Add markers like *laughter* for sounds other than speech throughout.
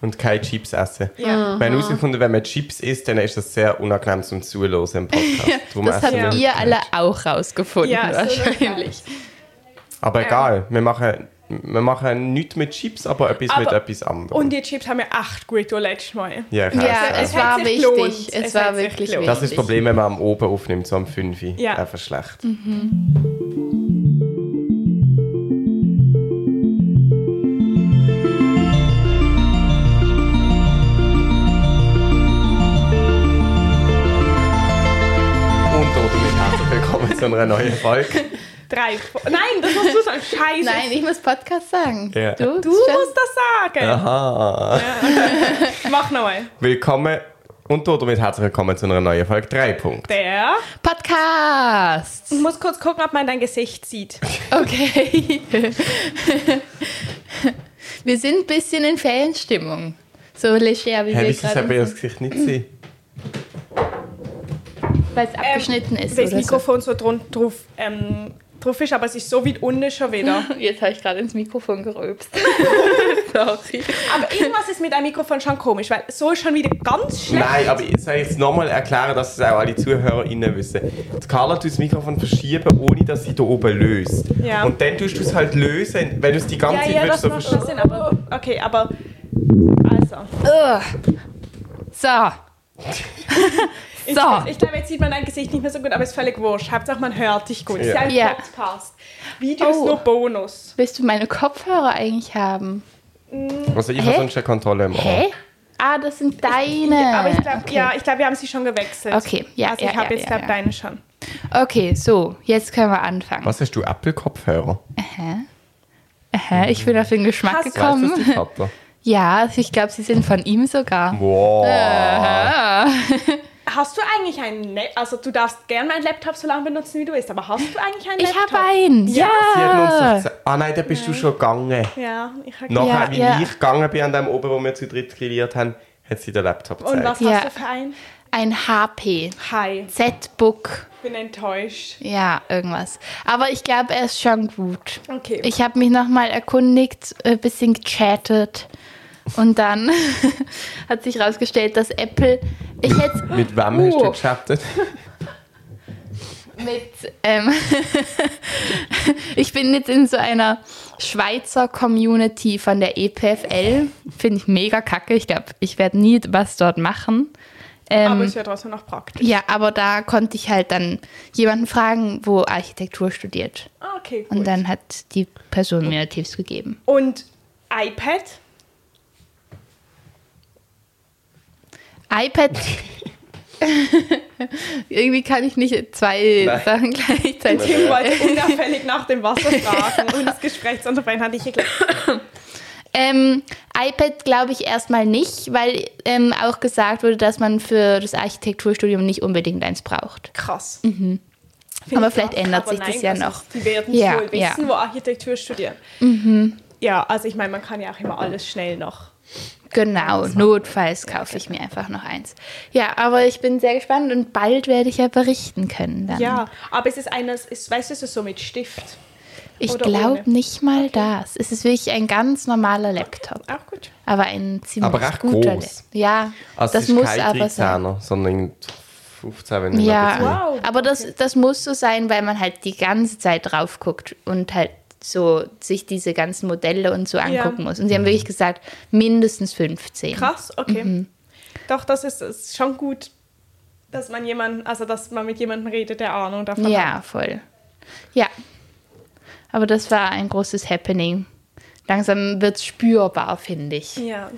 und keine Chips essen. Ja. Wir haben herausgefunden, wenn man Chips isst, dann ist das sehr unangenehm zum Zuhören im Podcast. Darum Das habt essen wir ihr nicht. alle auch rausgefunden Ja, so wahrscheinlich. Aber egal, wir machen, wir machen nichts mit Chips, aber etwas Aber- mit etwas anderem. Und die Chips haben wir echt gut getan letztes Mal. ja, ich weiß, Ja, ja. es hat war sich wichtig. gelohnt. Es, Es war hat sich wirklich wichtig. gelohnt. Das ist das Problem, wenn man am oben aufnimmt, so am 5. Ja. Einfach schlecht. Und damit herzlich willkommen zu einer neuen Folge. Drei. *laughs* Nein, das musst du sagen. Scheiße. Nein, ich muss Podcast sagen. Ja. Du, du Sven? musst das sagen. Aha. Mach nochmal. Willkommen und damit herzlich willkommen zu einer neuen Folge 3 Punkt. Der. Podcast. Ich muss kurz gucken, ob man dein Gesicht sieht. Okay. *laughs* wir sind ein bisschen in Ferienstimmung. So leger, wie Hä, wir wieso soll bei gerade ihr das sind, Gesicht nicht sehen? weil es abgeschnitten ist. Weil das Oder so. Mikrofon so drun, drauf, ähm, drauf ist, aber es ist so weit unten schon wieder. Jetzt habe ich gerade ins Mikrofon *laughs* gerülpst. Sorry. *laughs* Aber irgendwas ist mit einem Mikrofon schon komisch, weil so ist schon wieder ganz schlecht. Nein, aber ich soll jetzt nochmal erklären, dass es auch alle ZuhörerInnen wissen. Die Carla tut das Mikrofon verschieben, ohne dass sie da oben löst. Ja. Und dann tust du es halt lösen, wenn du es die ganze ja, Zeit ja, willst, das so macht schon verschieben. Sinn, aber okay, aber also. Ugh. So. Ich, So. ich glaube, jetzt sieht man dein Gesicht nicht mehr so gut, aber ist völlig wurscht. Hauptsache, man hört dich gut. Ja. Ja. Ist ja Ja. ein Podcast. Video ist Oh. nur Bonus. Willst du meine Kopfhörer eigentlich haben? Also ich habe Hä? sonst eine Kontrolle im Ohr. Hä? Ah, das sind *laughs* *laughs* deine. Aber ich glaube, okay. ja, ich glaube, wir haben sie schon gewechselt. Okay, ja, Also ich ja, habe ja, jetzt, ja, glaube ja. deine schon. Okay, so, jetzt können wir anfangen. Was hast du, Apple-Kopfhörer? Hä? Hä? Ich bin auf den Geschmack Hast Weißt du du- gekommen. das, die Vater? Ja, also ich glaube, sie sind von ihm sogar. Wow. Hast du eigentlich einen Laptop? Also du darfst gerne meinen Laptop so lange benutzen, wie du willst, aber hast du eigentlich einen Ich Laptop? habe einen. Ja. Sie hat uns doch gesagt- ah nein, da bist du schon gegangen. Ja, ich habe Nachher, Ja, wie ja. ich gegangen bin an dem oben, wo wir zu dritt grilliert haben, hat sie den Laptop gezeigt. Und was Ja. hast du für einen? Ein HP. Hi. Z-Book. Ich bin enttäuscht. Ja, irgendwas. Aber ich glaube, er ist schon gut. Okay. Ich habe mich nochmal erkundigt, ein bisschen gechattet. Und dann *laughs* hat sich herausgestellt, dass Apple. Ich Oh, hätte Mit wem hast Uh. du gechattet? mit. Ähm, *laughs* ich bin jetzt in so einer Schweizer Community von der E EPFL. Finde ich mega kacke. Ich glaube, ich werde nie was dort machen. Ähm, aber es wird trotzdem noch praktisch. ja, aber da konnte ich halt dann jemanden fragen, wo Architektur studiert. Ah, Okay, gut. Und dann hat die Person mir Tipps gegeben. Und iPad? *laughs* iPad. *laughs* Irgendwie kann ich nicht zwei Nein. Sachen *laughs* gleichzeitig. Tim wollte unauffällig nach dem Wasser fragen *laughs* und das Gespräch zu unterbrechen hatte ich geglaubt. Ähm, iPad glaube ich erstmal nicht, weil ähm, auch gesagt wurde, dass man für das Architekturstudium nicht unbedingt eins braucht. Krass. Find Mhm. Aber ich vielleicht krass, ändert aber sich das ja noch. Ist, die werden Ja, wohl wissen, ja. Mhm. wo Architektur studieren. Ja, also ich meine, man kann ja auch immer alles schnell noch. Genau, notfalls kaufe ich mir einfach noch eins. Ja, aber ich bin sehr gespannt und bald werde ich ja berichten können. Dann. Ja, aber es ist eines, ist, weißt du, es ist so mit Stift. ich oder glaube ohne. nicht mal das. Es ist wirklich ein ganz normaler Laptop, Auch gut. aber ein ziemlich Aber recht guter. groß. La- Ja, Also das es ist muss kein aber sein. 13er, sondern 15, wenn ich Ja, noch ein Wow. aber das, das muss so sein, weil man halt die ganze Zeit drauf guckt und halt so sich diese ganzen Modelle und so angucken muss. Und Mhm. sie haben wirklich gesagt, mindestens 15. Krass, okay. Mhm. Doch, das ist, ist schon gut, dass man jemanden, also dass man mit jemandem redet, der Ahnung davon hat. Ja, voll. Ja. Aber das war ein großes Happening. Langsam wird es spürbar, finde ich. Ja.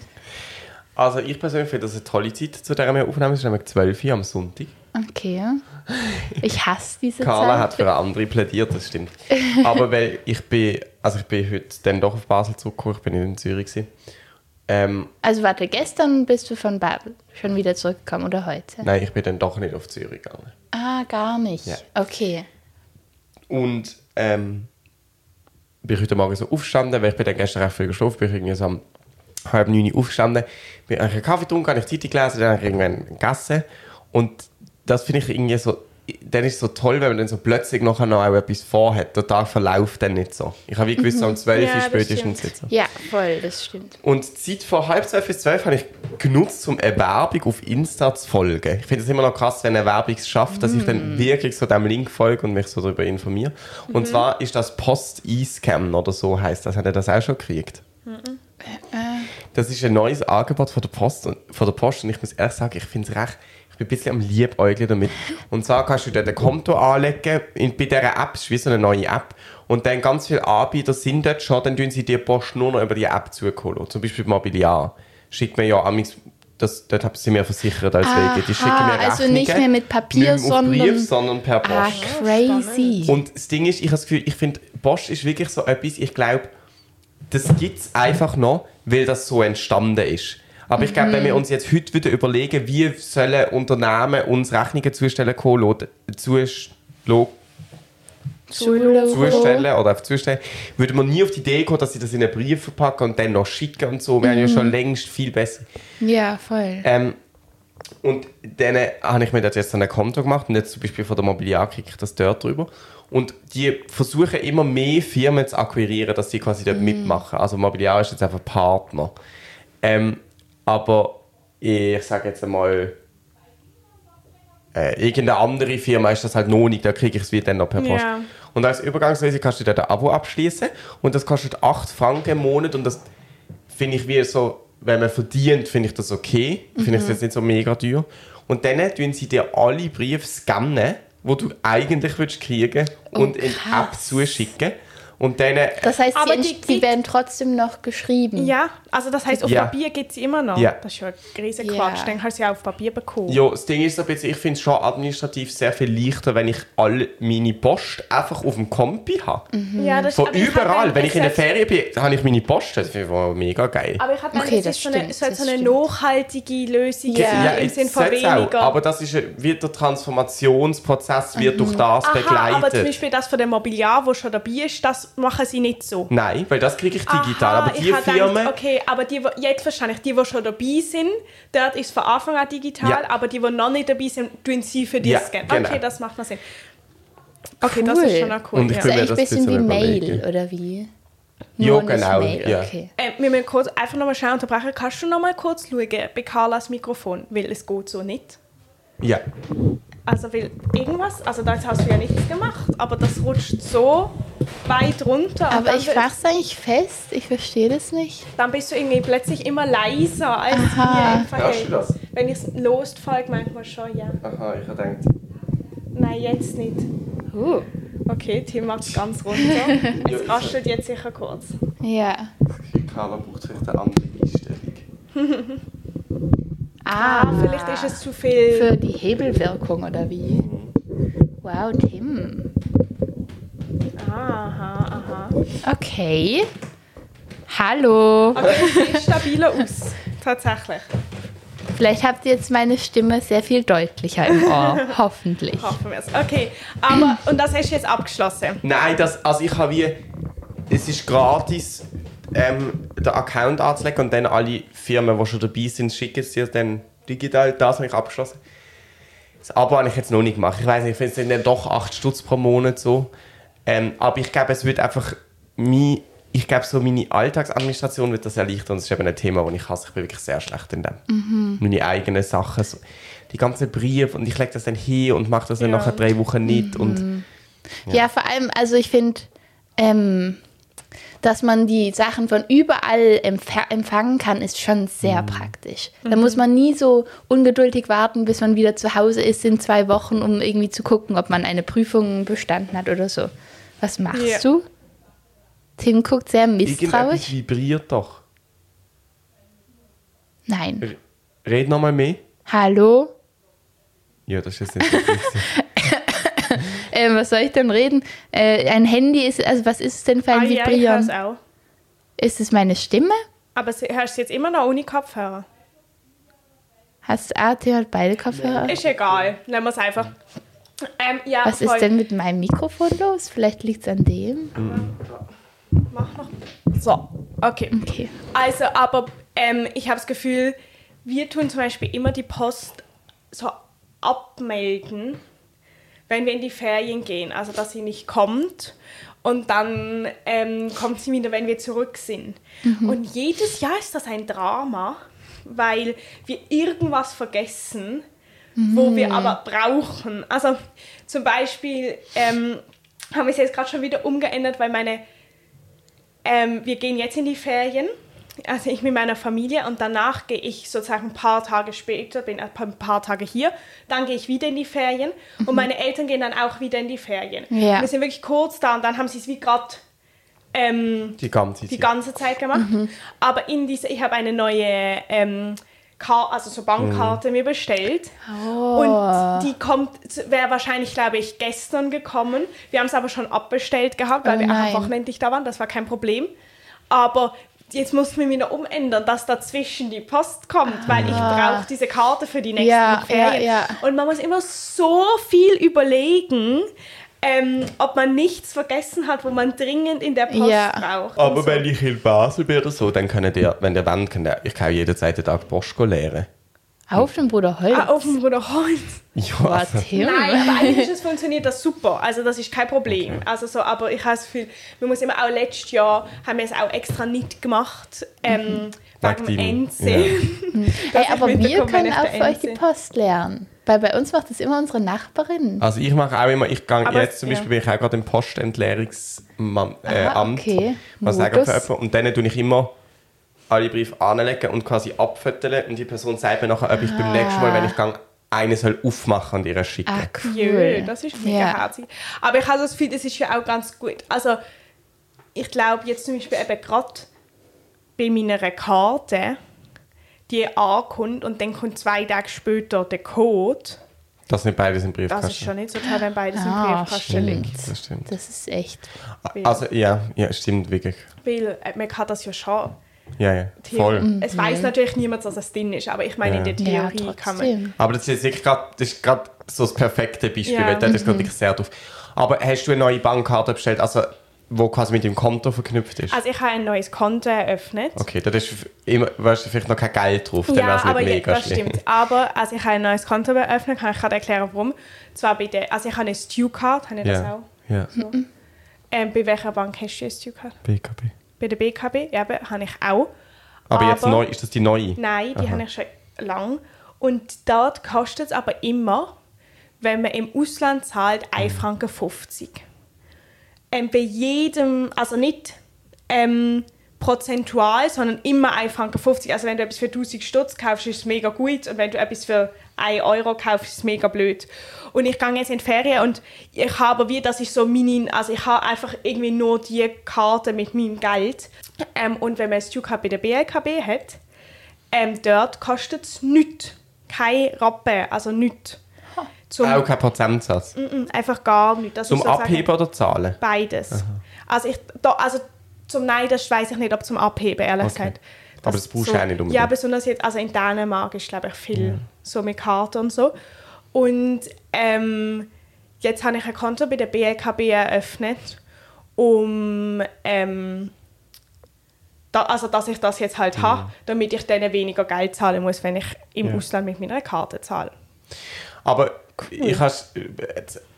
Also ich persönlich finde das eine tolle Zeit, zu der wir aufnehmen. Es ist nämlich 12 Uhr am Sonntag. Okay. Ich hasse diese Carla Zeit. hat für eine andere plädiert, das stimmt. Aber weil ich bin, also ich bin heute dann doch auf Basel zurückgekommen, ich bin nicht in Zürich gewesen. Ähm, also warte, gestern bist du von Babel schon wieder zurückgekommen oder heute? nein, ich bin dann doch nicht auf Zürich gegangen. Ah, gar nicht. Ja. Okay. Und ähm, bin heute Morgen so aufgestanden, weil ich bin dann gestern recht viel geschlafen, bin ich irgendwie so um halb neun Uhr aufgestanden, bin eigentlich einen Kaffee getrunken, habe ich Zeitung gelesen, dann habe ich irgendwann gegessen. Und das finde ich irgendwie so dann ist es so toll, wenn man dann so plötzlich nachher noch auch etwas vorhat. Der Tag verläuft dann nicht so. Ich habe wie gewusst, so um 12 *laughs* Ja, Uhr das spätestens stimmt. jetzt. so. Ja, voll, das stimmt. Und die Zeit von halb zwölf bis zwölf habe ich genutzt, um eine Werbung auf Insta zu folgen. Ich finde es immer noch krass, wenn eine Werbung es schafft, dass ich dann wirklich so dem Link folge und mich so darüber informiere. Und zwar ist das Post-E-Scam oder so heißt das. Hat er das auch schon gekriegt? Das ist ein neues Angebot von der Post und, von der Post und ich muss ehrlich sagen, ich finde es recht, ich bin ein bisschen am Liebäugeln damit. Und zwar kannst du dort ein Konto anlegen in, bei dieser App, es ist wie so eine neue App. Und dann ganz viele Anbieter sind dort schon, dann tun sie dir Post nur noch über die App zukommen. Zum Beispiel Mobiliar. Schickt mir ja amigs, das, dort haben sie mir versichert als Aha, Wege. Die schicken mir also Rechnungen, nicht mehr mit Papier, nicht mehr auf sondern- Brief, sondern per Post. Ah, crazy. Und das Ding ist, ich habe das Gefühl, ich finde, Bosch ist wirklich so etwas, ich glaube, das gibt es einfach noch, weil das so entstanden ist. Aber ich glaube, wenn wir uns jetzt heute wieder überlegen, wie sollen Unternehmen uns Rechnungen zustellen, können, zust- lo- zustellen oder auf zustellen, würde man nie auf die Idee kommen, dass sie das in einen Brief verpacken und dann noch schicken und so. Wir haben ja schon längst viel besser. Ja, voll. Ähm, und dann habe ich mir dort jetzt so ein Konto gemacht und jetzt zum Beispiel von der Mobiliar kriege ich das dort drüber. Und die versuchen immer mehr Firmen zu akquirieren, dass sie quasi dort mitmachen. Also Mobiliar ist jetzt einfach Partner. Ähm, aber ich sage jetzt einmal, äh, irgendeine andere Firma ist das halt noch nicht, da kriege ich es wieder dann noch per Post. Ja. Und als Übergangslösung kannst du dort ein Abo abschließen und das kostet 8 Franken im Monat und das finde ich wie so, wenn man verdient, finde ich das okay. Finde ich Mhm. es jetzt nicht so mega teuer. Und dann tun sie dir alle Briefe scannen, wo du eigentlich willst kriegen Oh, und in die App krass. zuschicken. Und dann, äh, das heißt, die, Aber die- ent- die die- werden trotzdem noch geschrieben. Ja, also das heißt, auf Ja. Papier geht sie immer noch. Ja. Das ist ja ein riesiger Ja. Quatsch. Dann hast du ja auf Papier bekommen. ja, das Ding ist so ein bisschen, ich finde es schon administrativ sehr viel leichter, wenn ich all meine Post einfach auf dem Kompi habe. Ja, das Von Mhm. aber ich hab überall. dann Wenn ich in der gesagt- Ferien bin, habe ich meine Post. Das finde ich wow, mega geil. Aber ich habe Okay, okay, das das ist so eine, stimmt, es soll das so eine stimmt. nachhaltige Lösung Ja. sein, Ja, im jetzt Sinn von soll's auch. weniger. Mhm. aber das ist, äh, wird der Transformationsprozess wird durch das Aha, aber zum begleitet. Beispiel das von dem Mobiliar, wo schon dabei ist, das machen sie nicht so. Nein, weil das kriege ich digital. Aha, aber die ich hab Firmen. Gedacht, okay, aber die, die- jetzt wahrscheinlich, die, die schon dabei sind, dort ist es von Anfang an digital, Ja. aber die, die noch nicht dabei sind, tun sie für die Ja, Scan. genau. Okay, das macht noch Sinn. Okay, das Cool. ist schon noch cool. Und ich ja. bin- mir Das ist eigentlich ein das bisschen wie bisschen Mail, überlegen. oder wie? Ja, Nur nicht genau, Mail, ja. okay. äh, wir müssen kurz einfach nochmal schnell unterbrechen. Kannst du nochmal kurz schauen bei Carlas Mikrofon? Weil es geht so nicht. Ja. Also, weil irgendwas, also da hast du ja nichts gemacht, aber das rutscht so weit runter. und Aber dann ich wird- mach's eigentlich fest, ich verstehe das nicht. dann bist du irgendwie plötzlich immer leiser als Aha. wir im Verhältnis. Hörst du das? Wenn ich es lost folge, manchmal schon, ja. Aha, ich habe gedacht. Nein, jetzt nicht. Uh. Okay, Tim macht es ganz *laughs* runter. Es raschelt jetzt sicher kurz. Ja. Carla braucht vielleicht eine andere Einstellung. Ah, Vielleicht ist es zu viel. für die Hebelwirkung, oder wie? Wow, Tim. Aha, aha. Okay. Hallo. Okay, es sieht stabiler aus. Tatsächlich. Vielleicht habt ihr jetzt meine Stimme sehr viel deutlicher im Ohr. Hoffentlich. Hoffen wir es. Okay, aber, und das hast du jetzt abgeschlossen. Nein, das, also ich habe wie. Es ist gratis, ähm, den Account anzulegen und dann alle Firmen, die schon dabei sind, schicken es dir dann digital. Das habe ich abgeschlossen. Das Abo habe ich jetzt noch nicht gemacht. Ich weiß nicht, ich finde es sind dann doch 8 Stutz pro Monat so. Ähm, aber ich glaube, es wird einfach mein, ich glaube, so meine Alltagsadministration wird das erleichtern. Und das ist eben ein Thema, das ich hasse. Ich bin wirklich sehr schlecht in dem. Meine eigenen Sachen. So, die ganzen Briefe und ich lege das dann hin und mache das dann Ja. nachher drei Wochen nicht. Und Ja, vor allem, also ich finde, ähm, dass man die Sachen von überall empf- empfangen kann, ist schon sehr praktisch. Mhm. Da muss man nie so ungeduldig warten, bis man wieder zu Hause ist in zwei Wochen, um irgendwie zu gucken, ob man eine Prüfung bestanden hat oder so. Was machst Ja. du? Tim guckt sehr Irgendetwas misstrauisch. vibriert doch. Nein. R- Red nochmal mehr. Hallo? Ja, das ist jetzt nicht so *laughs* richtig. Ähm, was soll ich denn reden? Äh, ein Handy ist, also was ist es denn für ein ah, ja, ich höre Vibrieren? es auch. ist es meine Stimme? Aber se- hörst du jetzt immer noch ohne Kopfhörer? Hast ah, Tim hat beide Kopfhörer? Ist egal, nehmen wir es einfach. Ähm, ja, Was ist voll. denn mit meinem Mikrofon los? Vielleicht liegt es an dem. Mach noch. So, okay. Okay. Also, aber ähm, ich habe das Gefühl, wir tun zum Beispiel immer die Post so abmelden, wenn wir in die Ferien gehen, also dass sie nicht kommt. Und dann ähm, kommt sie wieder, wenn wir zurück sind. Mhm. Und jedes Jahr ist das ein Drama, weil wir irgendwas vergessen, wo wir aber brauchen. Also zum Beispiel ähm, haben wir es jetzt gerade schon wieder umgeändert, weil meine ähm, wir gehen jetzt in die Ferien, also ich mit meiner Familie und danach gehe ich sozusagen ein paar Tage später, bin ein paar- ein paar Tage hier, dann gehe ich wieder in die Ferien und meine Eltern gehen dann auch wieder in die Ferien. Ja. Und Wir sind wirklich kurz da und dann haben sie es wie gerade ähm, Die ganze die Zeit. ganze Zeit gemacht. Mhm. Aber in diese, ich habe eine neue ähm, Ka also so Bankkarte mir bestellt. Oh. Und die kommt, wäre wahrscheinlich, glaube ich, gestern gekommen. Wir haben es aber schon abbestellt gehabt, weil Oh wir nein. auch am Wochenende nicht da waren. Das war kein Problem. Aber jetzt mussten wir wieder umändern, dass dazwischen die Post kommt, weil ich brauche diese Karte für die nächsten Ah. Ja, Ferien. ja, Und man muss immer so viel überlegen, ähm, ob man nichts vergessen hat, wo man dringend in der Post Ja. braucht. und Aber so. wenn ich in Basel bin oder so, dann könnt ihr, wenn ihr wollt, könnt ihr, ich kann jeden zweiten Tag Post gehen leeren. Auf dem Bruder Holz. Ah, auf dem Bruder Holz. Ja, Boah, also, Tim. Nein, aber *laughs* eigentlich ist, funktioniert das super. Also das ist kein Problem. Also so, aber ich habe das Gefühl, wir müssen immer auch letztes Jahr haben wir es auch extra nicht gemacht. Ähm, Wegen dem- Wegen dem *laughs* Endsinn. Ey, aber wir mitbekomme, wenn können ich auch der für euch Einzige- die Post lernen. Weil bei uns macht das immer unsere Nachbarin. also ich mache auch immer, ich gehe Aber- jetzt zum ja. Beispiel, bin ich auch gerade im Postentleerungsamt. Äh, Ah, Amt. okay. Was sagen Modus. für jemanden. Und dann tue ich immer alle Briefe anlegen und quasi abfütteln und die Person sagt mir nachher, ob ich Ah. beim nächsten Mal, wenn ich gehe, einen soll aufmachen und ihr schicken. Ah, cool. Jö, das ist mega Ja. herzig. Aber ich habe das Gefühl, das ist ja auch ganz gut. Also ich glaube jetzt zum Beispiel eben gerade bei meiner Karte, die ankommt und dann kommt zwei Tage später der Code. Dass nicht beides im Das Briefkasten ist schon nicht so toll, wenn beides im Ah, Briefkasten liegt. stimmt. Das stimmt. Das ist echt. Also ja, ja, stimmt wirklich. Weil äh, man kann das ja schon. Ja, ja, Theorie- voll. Es weiß natürlich niemand, dass es drin ist, aber ich meine, Ja. in der Mhm. Ja, Theorie kann man. trotzdem. Aber das ist jetzt wirklich gerade, das ist gerade so das perfekte Beispiel, Ja. Mhm. weil da ist gerade wirklich sehr drauf. Aber hast du eine neue Bankkarte bestellt, also wo quasi mit dem Konto verknüpft ist? Also ich habe ein neues Konto eröffnet. okay, da ist immer, weißt du, vielleicht noch kein Geld drauf, dann wäre Ja, es nicht aber je- mega das schlimm. stimmt. Aber als ich habe ein neues Konto eröffnet, kann ich gerade erklären, warum. Zwar bei der, also ich habe eine Stu-Card, habe ich das Ja, auch? ja, Ähm, bei welcher Bank hast du eine Stu-Card? BKB. Bei der BKB, ja, eben, habe ich auch. Aber, jetzt neu, ist das die neue? Nein, die Aha. habe ich schon lang. Und dort kostet es aber immer, wenn man im Ausland zahlt, 1,50 Franken. Ähm, bei jedem, also nicht ähm, prozentual, sondern immer 1,50 Franken. Also wenn du etwas für 1000 Stutz kaufst, ist es mega gut. Und wenn du etwas für 1 Euro kaufst, ist es mega blöd. Und ich gehe jetzt in die Ferien und ich habe wie, das ist so mini, also ich habe einfach irgendwie nur die Karte mit meinem Geld. Ähm, und wenn man es bei der BLKB hat, ähm, dort kostet es nichts. Kein Rappen, also nichts. Zum, Ah, Auch kein Prozentsatz. Mm, Einfach gar nichts. Das Zum ist sozusagen Abheben oder Zahlen? Beides. Also, ich, da, also zum Nein, das weiß ich nicht, ob zum Abheben, ehrlich Okay. gesagt. Aber das brauchst du auch nicht unbedingt. Ja, besonders jetzt, also in Dänemark ist, glaube ich, viel so mit Karten und so. Und ähm, jetzt habe ich ein Konto bei der BLKB eröffnet, um, ähm, da, also dass ich das jetzt halt habe, damit ich denen weniger Geld zahlen muss, wenn ich im Ja. Ausland mit meiner Karte zahle. Aber ich has,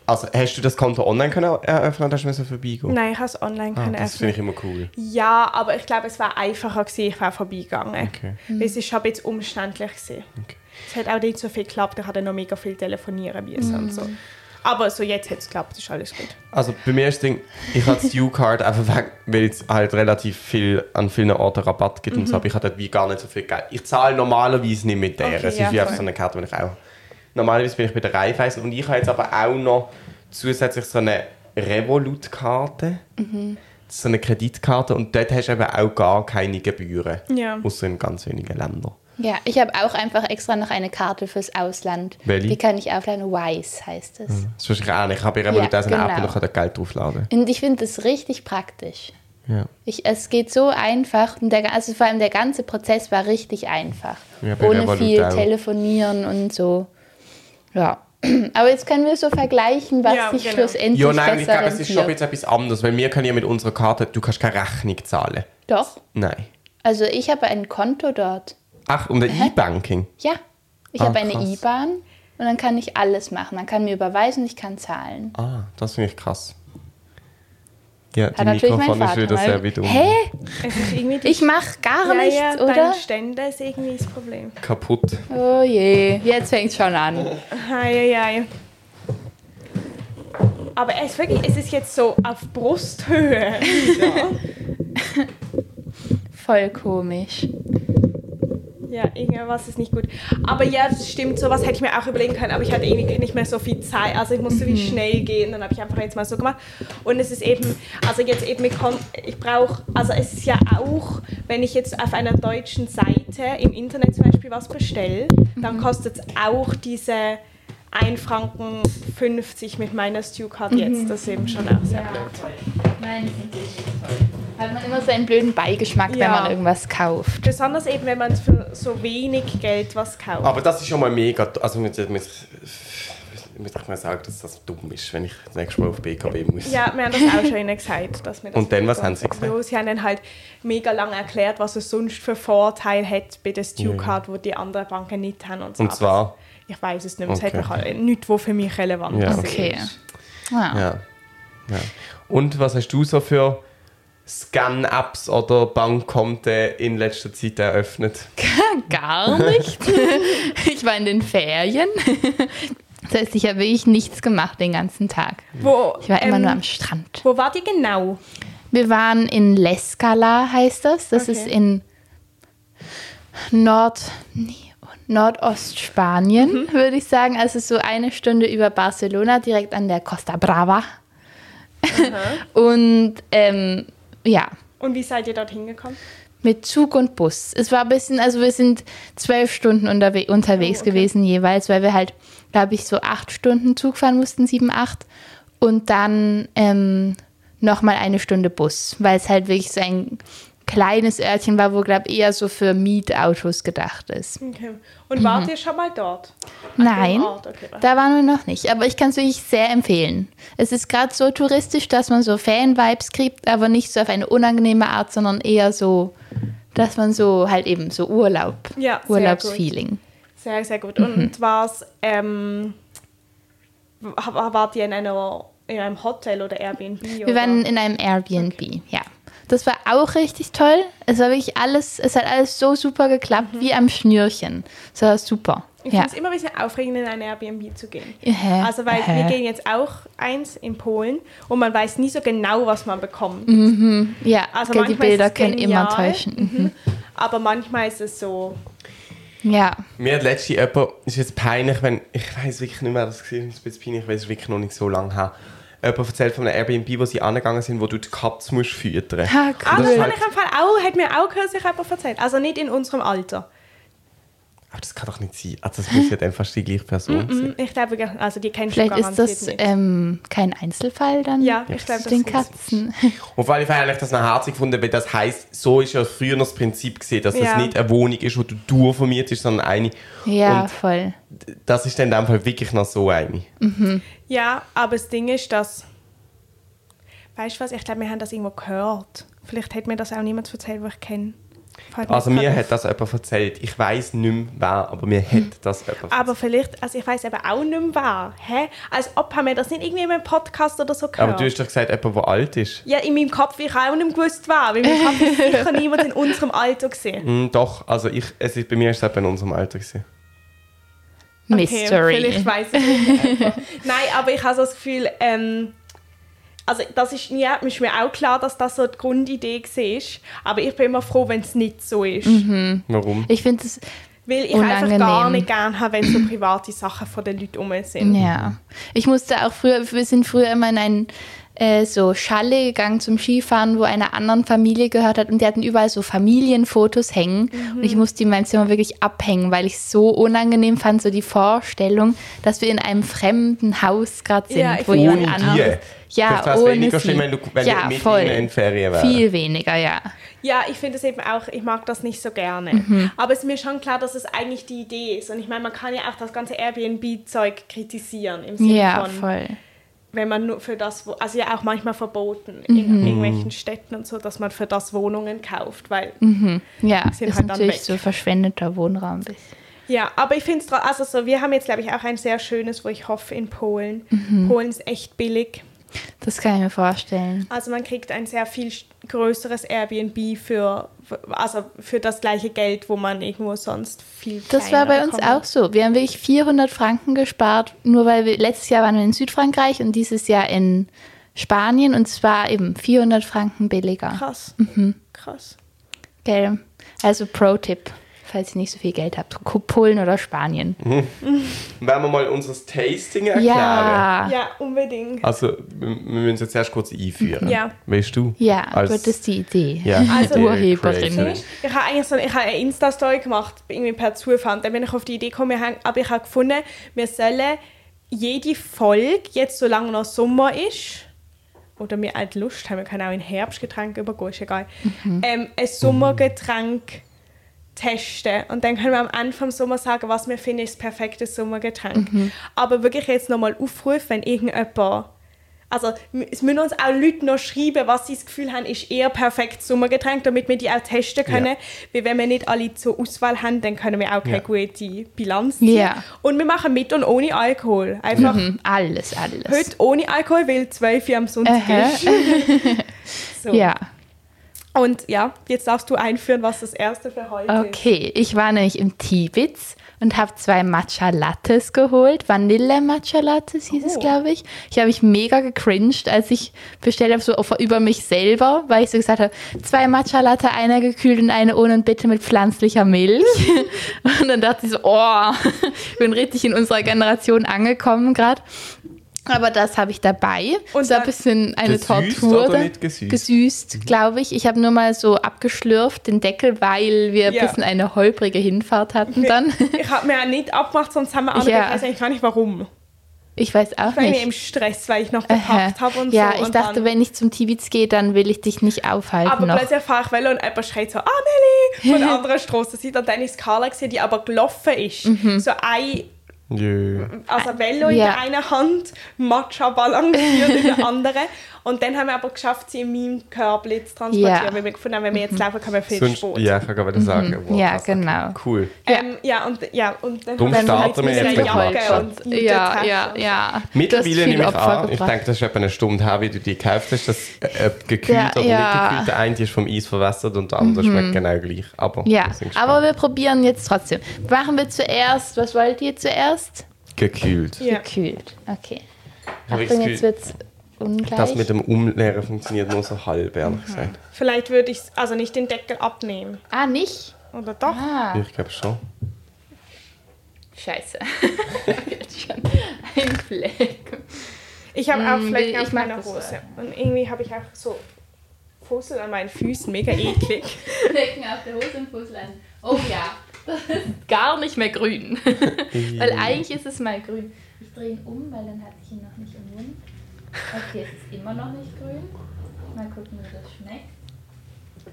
also hast du das Konto online können eröffnen oder hast du müssen vorbeigehen? Nein, ich habe es online Ah, können das finde öffnen. ich immer cool. Ja, aber ich glaube, es wäre einfacher gewesen, ich wäre vorbeigegangen. Okay. Weil es ist schon ein bisschen umständlich gewesen. Okay. Es hat auch nicht so viel geklappt, ich hatte noch mega viel telefonieren müssen und so. Aber so jetzt hat es geklappt, ist alles gut. Also bei mir ist das Ding, ich habe das U-Card einfach weg, weil es halt relativ viel an vielen Orten Rabatt gibt und so, aber ich habe dort wie gar nicht so viel Geld. Ich zahle normalerweise nicht mit der. Mhm. Okay, es ist ja, wie einfach voll. so eine Karte, wenn ich auch... Normalerweise bin ich bei der Raiffeisen und ich habe jetzt aber auch noch zusätzlich so eine Revolut-Karte, Mhm. so eine Kreditkarte und dort hast du eben auch gar keine Gebühren, Ja. außer in ganz wenigen Ländern. Ja, ich habe auch einfach extra noch eine Karte fürs Ausland. Welche? Die kann ich aufladen. Wise heißt es. Das ist wahrscheinlich ähnlich. Ich habe ja Revolut Ja, auch so eine App genau. und ich kann da Geld draufladen. Und ich finde das richtig praktisch. Ja. Ich, es geht so einfach und der, ga- also vor allem der ganze Prozess war richtig einfach. Ja, bei Ohne Revolut viel auch. telefonieren und so. Ja. *clears throat* Aber jetzt können wir so vergleichen, was Ja, sich genau. schlussendlich Ja, nein, ich besser glaube, es ist schon rentiert. jetzt etwas anderes, weil wir können ja mit unserer Karte, du kannst keine Rechnung zahlen. Doch. Nein. Also ich habe ein Konto dort. Ach, und der E-Banking. Ja. Ich Ah, habe eine krass. IBAN Und dann kann ich alles machen. Dann kann mir überweisen, ich kann zahlen. Ah, das finde ich krass. Ja, die Hat natürlich mein Mikrofone ist Vater. wieder mal- sehr weit unten. Hä? Es ist irgendwie die- Ich mach gar ja, nichts, ja, oder? Deine Stände ist irgendwie das Problem. Kaputt. Oh je, jetzt fängt's schon an. Eieiei. Aber es ist wirklich, es ist jetzt so auf Brusthöhe. *laughs* Voll komisch. Ja, irgendwas ist nicht gut. Aber ja, das stimmt, sowas hätte ich mir auch überlegen können, aber ich hatte irgendwie nicht mehr so viel Zeit. Also ich musste wie schnell gehen, dann habe ich einfach jetzt mal so gemacht. Und es ist eben, also jetzt eben, ich, komm- ich brauche, also es ist ja auch, wenn ich jetzt auf einer deutschen Seite im Internet zum Beispiel was bestelle, dann kostet es auch diese 1 Franken 50 mit meiner Stewcard jetzt. Das ist eben schon auch sehr blöd. Nein, hat man immer so einen blöden Beigeschmack, wenn Ja. man irgendwas kauft. Besonders eben, wenn man für so wenig Geld was kauft. Aber das ist schon mal mega. Also, mit, mit, mit ich mal sagen, dass das dumm ist, wenn ich das nächste Mal auf BKW muss. Ja, wir haben das auch schon ihnen gesagt. Dass wir das Und dann, was haben sie gesagt? Ja, sie haben dann halt mega lang erklärt, was es sonst für Vorteile hat bei der Stewcard, wo die anderen Banken nicht haben. Und, so. Mhm. Und zwar. Ich weiß es nicht, mehr. es Okay. hat noch alle- nichts, was für mich relevant Ja, ist. Okay. Ah. Ja. ja. Und was hast du so für Scan-Apps oder Bankkonten in letzter Zeit eröffnet? Gar nicht. *laughs* Ich war in den Ferien. Das heißt, ich habe wirklich nichts gemacht den ganzen Tag. Wo, Ich war immer ähm, nur am Strand. Wo war die genau? Wir waren in Lescala, heißt das. Das Okay. ist in Nord nee, Nordostspanien, Mhm. würde ich sagen. Also so eine Stunde über Barcelona, direkt an der Costa Brava. *laughs* und ähm, ja, Und wie seid ihr dort hingekommen? mit Zug und Bus. Es war ein bisschen, also wir sind zwölf Stunden unterwe unterwegs Oh, okay. gewesen jeweils, weil wir halt, glaube ich, so acht Stunden Zug fahren mussten, sieben, acht. Und dann ähm, nochmal eine Stunde Bus, weil es halt wirklich so ein kleines Örtchen war, wo, glaube ich, eher so für Mietautos gedacht ist. Okay. Mhm. Und wart ihr schon mal dort? An Nein, dem Ort? Okay. da waren wir noch nicht. Aber ich kann es wirklich sehr empfehlen. Es ist gerade so touristisch, dass man so Fan-Vibes kriegt, aber nicht so auf eine unangenehme Art, sondern eher so, dass man so halt eben so Urlaub, Ja, sehr Urlaubsfeeling. Sehr, sehr gut. Mhm. Und war's, ähm, w- wart ihr in, einer, in einem Hotel oder Airbnb? Wir waren in einem Airbnb, ja. Das war auch richtig toll. Es war wirklich alles, es hat alles so super geklappt, wie am Schnürchen. Es war super. Mhm. Ich ja. finde es immer ein bisschen aufregend, in ein Airbnb zu gehen. Ähä, Also, weil ähä. wir gehen jetzt auch eins in Polen und man weiß nie so genau, was man bekommt. Mhm. ja, Also gell, die manchmal ist Bilder es können genial. immer Mhm. täuschen. Aber manchmal ist es so, Mhm. Ja. Mir hat letztens jemand, ist jetzt peinlich, wenn, ich weiß wirklich nicht mehr, das war ein bisschen peinlich, weil es ist wirklich noch nicht so lange her. Jemand erzählt von einem Airbnb, wo sie angegangen sind, wo du die Katze musst füttern musst. Ah, ah, cool. das ist habe halt- ich im Fall auch, hat mir auch kürzlich jemand erzählt. Also nicht in unserem Alter. Aber das kann doch nicht sein. Also das muss ja dann fast die gleiche Person sein. Mhm, Ich glaube, ge- also die kennst Vielleicht du ist garantiert das nicht. ähm, kein Einzelfall dann Ja, ich glaub, mit den das ist- Katzen. Und vor allem habe ich das noch herzig gefunden, weil das heisst, so ist ja früher noch das Prinzip gesehen, dass Ja. das nicht eine Wohnung ist, wo du durchvermietest, sondern eine. Ja, Und voll. das ist dann in dem Fall wirklich noch so eine. Ja, aber das Ding ist, dass. Weißt du was? Ich glaube, wir haben das irgendwo gehört. Vielleicht hat mir das auch niemand erzählt, den ich kenne. Fällt Also jetzt mir gerade hat das jemand erzählt. Ich weiß nicht mehr, wer, aber mir Hm. hat das jemand Ah, Aber vielleicht, also ich weiß eben auch nicht mehr wahr. Hä? Als ob haben wir das nicht irgendwie in einem Podcast oder so gehört. Aber du hast doch gesagt, jemand, der alt ist. ja, in meinem Kopf ich auch nicht mehr gewusst war, weil in meinem Kopf ist *laughs* sicher niemand in unserem Alter gesehen. Hm, doch, also ich, es ist, bei mir ist es eben in unserem Alter. Gewesen. Mystery. Vielleicht weiß ich nicht einfach. Nein, aber ich habe so das Gefühl, ähm, also das ist, ja, ist mir auch klar, dass das so die Grundidee war. Aber ich bin immer froh, wenn es nicht so ist. Warum? ich finde es Weil ich einfach Mhm. Unangenehm. gar nicht gerne habe, wenn so private Sachen von den Leuten rum sind. Ja. Ich musste auch früher, wir sind früher immer in einen äh, so Schalle gegangen zum Skifahren, wo einer anderen Familie gehört hat und die hatten überall so Familienfotos hängen und Mhm. ich musste die in meinem Zimmer wirklich abhängen, weil ich es so unangenehm fand, so die Vorstellung, dass wir in einem fremden Haus gerade sind, Ja, ich wo find- jemand Ohne Oh, die. anderes... Ja, Vielleicht wär's ohne weniger sie. schlimm, wenn du- wenn ja, du mit voll. ihnen in Ferien wärst. Viel weniger, ja. Ja, ich finde es eben auch, ich mag das nicht so gerne. Mhm. Aber es ist mir schon klar, dass es eigentlich die Idee ist. Und ich meine, man kann ja auch das ganze Airbnb-Zeug kritisieren, im Sinne Ja, von, voll. wenn man nur für das, wo- also ja auch manchmal verboten Mhm. in irgendwelchen Städten und so, dass man für das Wohnungen kauft, weil Ja, sind ist halt dann natürlich weg. so verschwendeter Wohnraum. Ja, aber ich finde es also so, wir haben jetzt, glaube ich, auch ein sehr schönes, wo ich hoffe, in Polen. Mhm. Polen ist echt billig. Das kann ich mir vorstellen. Also man kriegt ein sehr viel sch- größeres Airbnb für, also für das gleiche Geld, wo man irgendwo sonst viel Das war bei uns auch so. Wir haben wirklich 400 Franken gespart, nur weil wir letztes Jahr waren wir in Südfrankreich und dieses Jahr in Spanien und zwar eben 400 Franken billiger. Krass. Krass. Gell? Also Pro-Tipp, falls ihr nicht so viel Geld habt. Ko- Polen oder Spanien. Mhm. Wollen wir mal unser Tasting erklären? Ja. Ja, unbedingt. Also, wir wir müssen es jetzt erst kurz einführen. Ja. Weißt du? Ja, Als- gut, das ist die Idee. ja, Also- Idee Urheberin. Creatorin. Ich habe eigentlich so, ich habe eine Insta-Story gemacht, irgendwie per Zufall. Dann bin ich auf die Idee gekommen, wir haben- aber ich habe gefunden, wir sollen jede Folge, jetzt solange noch Sommer ist, oder wir halt Lust haben, wir können auch in Herbstgetränke übergehen, ist egal, ähm, ein Sommergetränk testen. Und dann können wir am Ende vom Sommer sagen, was wir finden, ist das perfekte Sommergetränk. Mhm. Aber wirklich jetzt nochmal aufrufen, wenn irgendjemand also m- es müssen uns auch Leute noch schreiben, was sie das Gefühl haben, ist eher perfekt Sommergetränk, damit wir die auch testen können. Ja. Weil wenn wir nicht alle zur Auswahl haben, dann können wir auch keine Ja. gute Bilanz ziehen. Ja. Und wir machen mit und ohne Alkohol. Einfach Mhm, Alles, alles. heute ohne Alkohol, weil 12 Uhr am Sonntag Ähä. *laughs* ist. So. Ja. Und ja, jetzt darfst du einführen, was das erste für heute ist. Okay, ich war nämlich im Tibitz und habe zwei Matcha Lattes geholt. Vanille Matcha Lattes hieß es, Oh. glaube ich. Ich habe mich mega gecringed, als ich bestellt habe, so auf, über mich selber, weil ich so gesagt habe, zwei Matcha Latte, einer gekühlt und eine ohne und bitte mit pflanzlicher Milch. *laughs* und dann dachte ich so, oh, *laughs* ich bin richtig in unserer Generation angekommen gerade. Aber das habe ich dabei. Und so ein dann- bisschen eine Gesüßt Tortur. oder nicht gesüßt? Mhm. Gesüßt, glaube ich. Ich habe nur mal so abgeschlürft den Deckel, weil wir Ja. ein bisschen eine holprige *laughs* Hinfahrt hatten dann. Ich habe mir auch nicht abgemacht, sonst haben wir andere, Ja. ich weiß eigentlich gar nicht warum. Ich weiß auch Ich war irgendwie im nicht. Stress, weil ich noch Aha. gepackt habe und ja, so. ich und dachte, dann- wenn ich zum Tibitz gehe, dann will ich dich nicht aufhalten Aber noch. plötzlich erfahre ich Welle und jemand schreit so «Amelie!» *laughs* von der anderen Straße. Sie dann ist Carla gesehen, die aber gelaufen ist. So ein Jö. also Velo in Mhm. Ja. der einen Hand, Matcha balanciert in der anderen. Und dann haben wir aber geschafft, sie in meinem Körbchen zu transportieren, Ja. Mhm. weil wir gefunden haben, wenn wir jetzt laufen, können wir viel zu Sonst, spät. ja, ich kann gerade sagen. wow, Ja, krass. genau. Cool. Ähm, ja, und, ja, und dann Darum haben halt starten wir jetzt mit Matcha. und ja, Tasche ja, und- ja. Du hast Mittlerweile viel nehme ich Opfer an, ich gebracht. denke, das ist etwa eine Stunde her, wie du die gekauft hast, dass äh, ob gekühlt Ja, oder ja. Mhm. nicht gekühlt. Der eine ist vom Eis verwässert und der andere schmeckt genau gleich. Aber Ja, wir sind gespannt. aber wir probieren jetzt trotzdem. Machen wir zuerst, was wollt ihr zuerst? gekühlt. Ja. Gekühlt. Okay. Habe ich Achtung, das Gefühl, jetzt wird's ungleich. das mit dem Umleeren funktioniert nur so halb, Mhm. ehrlich gesagt. Vielleicht würde ich also nicht den Deckel abnehmen. ah, nicht? Oder doch? Ah, Ich glaube schon. scheiße. *laughs* Jetzt schon ein Fleck. Ich habe auch Mm, Flecken will- auf ich mag meiner das Hose. Und irgendwie habe ich auch so Fussel an meinen Füßen, mega *laughs* eklig. Flecken auf der Hose im Fußland. Oh ja, das ist gar nicht mehr grün. weil eigentlich ist es mal grün. Ich drehe ihn um, weil dann hatte ich ihn noch nicht im Mund. Okay, es ist immer noch nicht grün. Mal gucken, wie das schmeckt.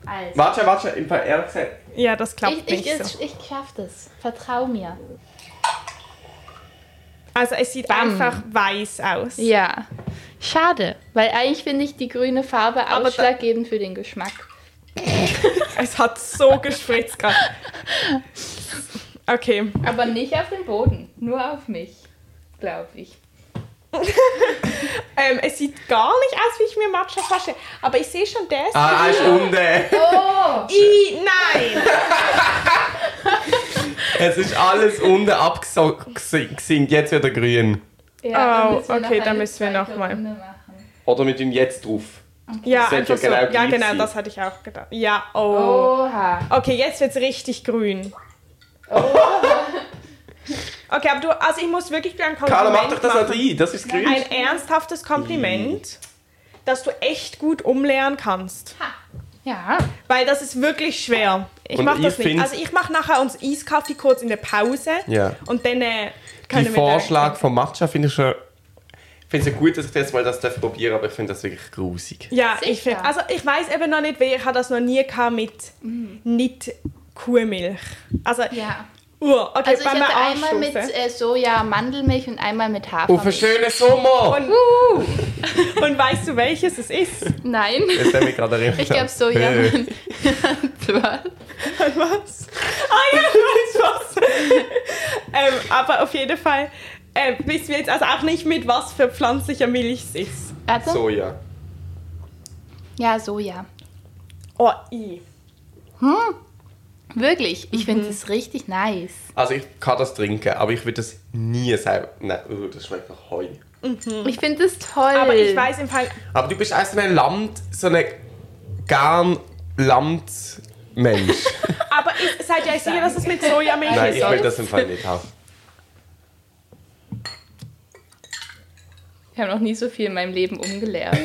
Also, Warte, warte, im Fall ehrlich gesagt. Ja, das klappt ich, ich, nicht ich, so. ich schaff das. Vertrau mir. Also es sieht Bam. einfach weiß aus. Ja. Schade, weil eigentlich finde ich die grüne Farbe da- ausschlaggebend für den Geschmack. Es hat so *laughs* gespritzt gerade. Okay. Aber nicht auf den Boden, nur auf mich, glaube ich. Ähm, es sieht gar nicht aus, wie ich mir Matcha vorstelle. Aber ich sehe schon das. Ah, er ist unten. Oh! I, *laughs* nein! Es ist alles unten abgesinkt. Jetzt wird er grün. Ja, dann müssen wir Oh, noch okay, eine dann müssen wir zweite noch mal. Runde Oder mit ihm jetzt drauf. Ja, Das hätte ja einfach so. genau Ja, gleich genau, sein. das hatte ich auch gedacht. Ja, oh. Oha. Okay, jetzt wird's richtig grün. Okay, aber du, also ich muss wirklich dir ein Carla, Kompliment mach doch das machen. nicht rein. Das ist grün. Ein ernsthaftes Kompliment, dass du echt gut umlernen kannst. Ja. Weil das ist wirklich schwer. Ich Und mache ich das nicht. find's- Also ich mache nachher uns Eiskaffee kurz in der Pause. Ja. Und dann äh, Den können wir... Vorschlag von Matcha finde ich schon. Ich finde es ja gut, dass ich jetzt mal das darf probieren aber ich finde das wirklich grusig. Ja, Sicher. ich find, also ich weiß eben noch nicht, weil ich habe das noch nie gehabt mit nicht Kuhmilch. Also, ja. uh, okay, Also ich wenn wir hatte einmal mit anstoßen. äh, Soja, Mandelmilch und einmal mit Auf einen Hafermilch. schönen Sommer! Und, Oh. *laughs* und weißt du, welches es ist? Nein. Jetzt haben wir gerade erinnert. Ich glaube Soja. *laughs* Äh, Zwar- Was? Ah ja, ich weiß was. Aber auf jeden Fall äh, wissen wir jetzt also auch nicht, mit was für pflanzlicher Milch es ist. *laughs* Warte. Soja. Ja, Soja. Oh, i. Wirklich, ich finde es richtig nice. Also ich kann das trinken, aber ich würde das nie selber... Nein, uh, das schmeckt nach Heu. Ich finde es toll. Aber ich weiß im Fall, Aber du bist auch so ein Land... So ein *laughs* Garn-Land-Mensch. aber ich, seid ihr euch sicher, dass es mit Sojamilch Nein, ist? ich will oder? das im Fall nicht haben. Ich habe noch nie so viel in meinem Leben umgelernt.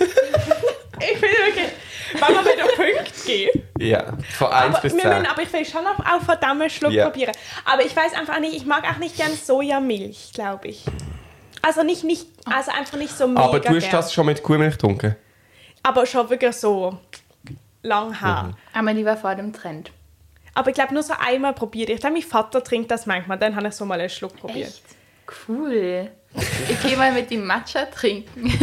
Ich will wirklich, wenn wir wieder Punkt geben. Ja, von 1 Aber, bis wir müssen, 10. aber ich will schon noch auf verdammt Schluck Ja. probieren. Aber ich weiß einfach nicht, ich mag auch nicht gern Sojamilch, glaube ich. Also nicht, nicht, also einfach nicht so mega Aber du hast gern. das schon mit Kuhmilch getrunken? Aber schon wirklich so lang her. Mhm. Aber die war vor dem Trend. Aber ich glaube, nur so einmal probiert. Ich glaube, mein Vater trinkt das manchmal, dann habe ich so mal einen Schluck probiert. Echt? Cool. Ich gehe mal mit dem Matcha trinken. *laughs*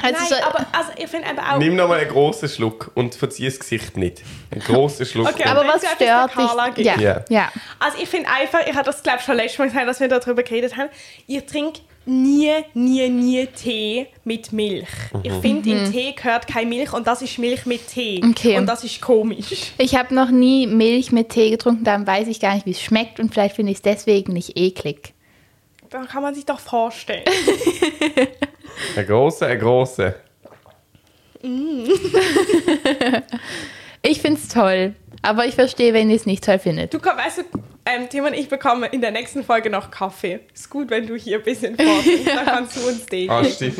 also Nein, so, aber also ich finde aber auch. Nimm nochmal einen grossen Schluck und verzieh das Gesicht nicht. Einen grossen Schluck. Okay, und- aber Wenn was sie einfach stört eine Carla dich? gibt. Ja, Ja. ja. Also ich finde einfach, ich habe das glaube schon letztes Mal gesagt, dass wir darüber geredet haben, ich trinke nie, nie, nie Tee mit Milch. Mhm. Ich finde, in Tee gehört keine Milch und das ist Milch mit Tee. Mhm. Okay. Und das ist komisch. Ich habe noch nie Milch mit Tee getrunken, darum weiß ich gar nicht, wie es schmeckt und vielleicht finde ich es deswegen nicht eklig. Da kann man sich doch *laughs* vorstellen. Ein grosser, ein grosser. Ich finde es toll, aber ich verstehe, wenn ihr es nicht toll findet. Du komm, weißt du, ähm, Tim und ich bekommen in der nächsten Folge noch Kaffee. Ist gut, wenn du hier ein bisschen vorbringst, dann kannst du uns den. *laughs* Ah, stimmt.